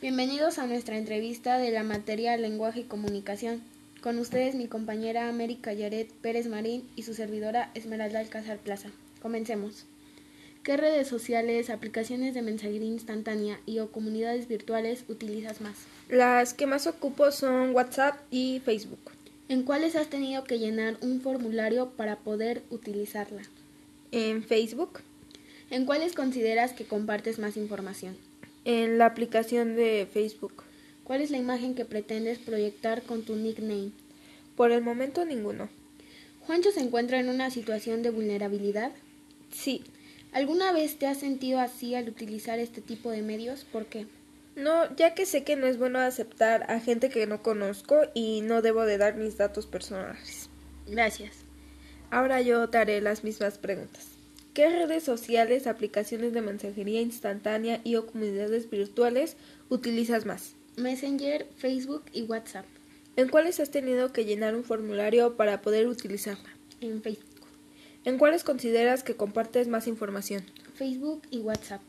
Bienvenidos a nuestra entrevista de la materia Lenguaje y Comunicación. Con ustedes mi compañera América Yaret Pérez Marín y su servidora Esmeralda Alcázar Plaza. Comencemos. ¿Qué redes sociales, aplicaciones de mensajería instantánea y o comunidades virtuales utilizas más? Las que más ocupo son WhatsApp y Facebook. ¿En cuáles has tenido que llenar un formulario para poder utilizarla? En Facebook, ¿En cuáles consideras que compartes más información? en la aplicación de Facebook. ¿Cuál es la imagen que pretendes proyectar con tu nickname? Por el momento ninguno. ¿Juancho se encuentra en una situación de vulnerabilidad? Sí. ¿Alguna vez te has sentido así al utilizar este tipo de medios? ¿Por qué? No, ya que sé que no es bueno aceptar a gente que no conozco y no debo de dar mis datos personales. Gracias. Ahora yo te haré las mismas preguntas. ¿Qué redes sociales, aplicaciones de mensajería instantánea y o comunidades virtuales utilizas más? Messenger, Facebook y WhatsApp. ¿En cuáles has tenido que llenar un formulario para poder utilizarla? En Facebook. ¿En cuáles consideras que compartes más información? Facebook y WhatsApp.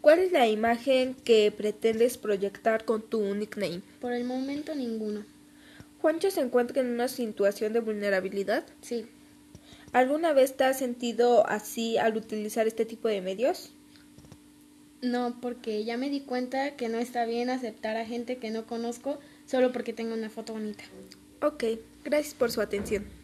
¿Cuál es la imagen que pretendes proyectar con tu nickname? Por el momento ninguno. ¿Juancho se encuentra en una situación de vulnerabilidad? Sí. ¿Alguna vez te has sentido así al utilizar este tipo de medios? No, porque ya me di cuenta que no está bien aceptar a gente que no conozco solo porque tengo una foto bonita. Ok, gracias por su atención.